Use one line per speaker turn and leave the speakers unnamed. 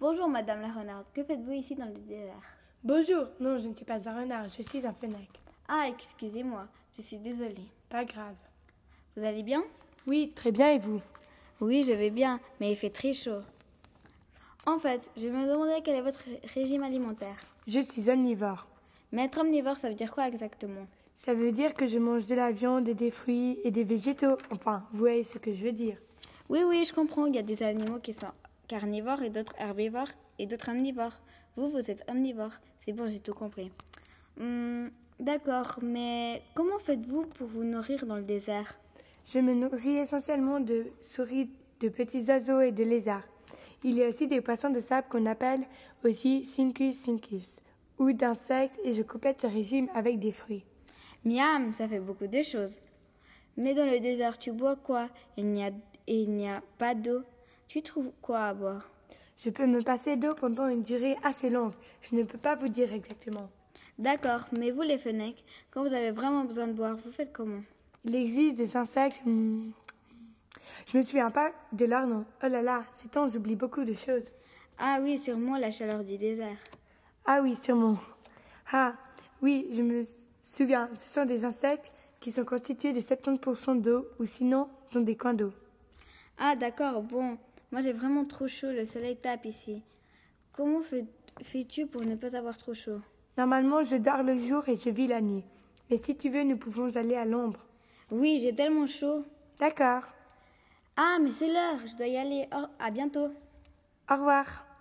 Bonjour Madame la Renarde, que faites-vous ici dans le désert
Bonjour, non, je ne suis pas un renard, je suis un fennec.
Ah, excusez-moi, je suis désolée.
Pas grave.
Vous allez bien
Oui, très bien, et vous
Oui, je vais bien, mais il fait très chaud. En fait, je me demandais quel est votre régime alimentaire.
Je suis omnivore.
Mais être omnivore, ça veut dire quoi exactement
Ça veut dire que je mange de la viande et des fruits et des végétaux. Enfin, vous voyez ce que je veux dire.
Oui, oui, je comprends, il y a des animaux qui sont carnivores et d'autres herbivores et d'autres omnivores. Vous, vous êtes omnivore. C'est bon, j'ai tout compris. Hum, D'accord, mais comment faites-vous pour vous nourrir dans le désert
Je me nourris essentiellement de souris, de petits oiseaux et de lézards. Il y a aussi des poissons de sable qu'on appelle aussi Cincus Cincus ou d'insectes et je complète ce régime avec des fruits.
Miam, ça fait beaucoup de choses. Mais dans le désert, tu bois quoi Il n'y a, et il n'y a pas d'eau. Tu trouves quoi à boire
Je peux me passer d'eau pendant une durée assez longue. Je ne peux pas vous dire exactement.
D'accord, mais vous les fennecs, quand vous avez vraiment besoin de boire, vous faites comment
Il existe des insectes. hmm, Je me souviens pas de leur nom. Oh là là, ces temps j'oublie beaucoup de choses.
Ah oui, sûrement la chaleur du désert.
Ah oui, sûrement. Ah oui, je me souviens. Ce sont des insectes qui sont constitués de 70% d'eau ou sinon dans des coins d'eau.
Ah d'accord, bon, moi j'ai vraiment trop chaud, le soleil tape ici. Comment fais- fais-tu pour ne pas avoir trop chaud
Normalement, je dors le jour et je vis la nuit. Mais si tu veux, nous pouvons aller à l'ombre.
Oui, j'ai tellement chaud.
D'accord.
Ah, mais c'est l'heure, je dois y aller. Oh, à bientôt.
Au revoir.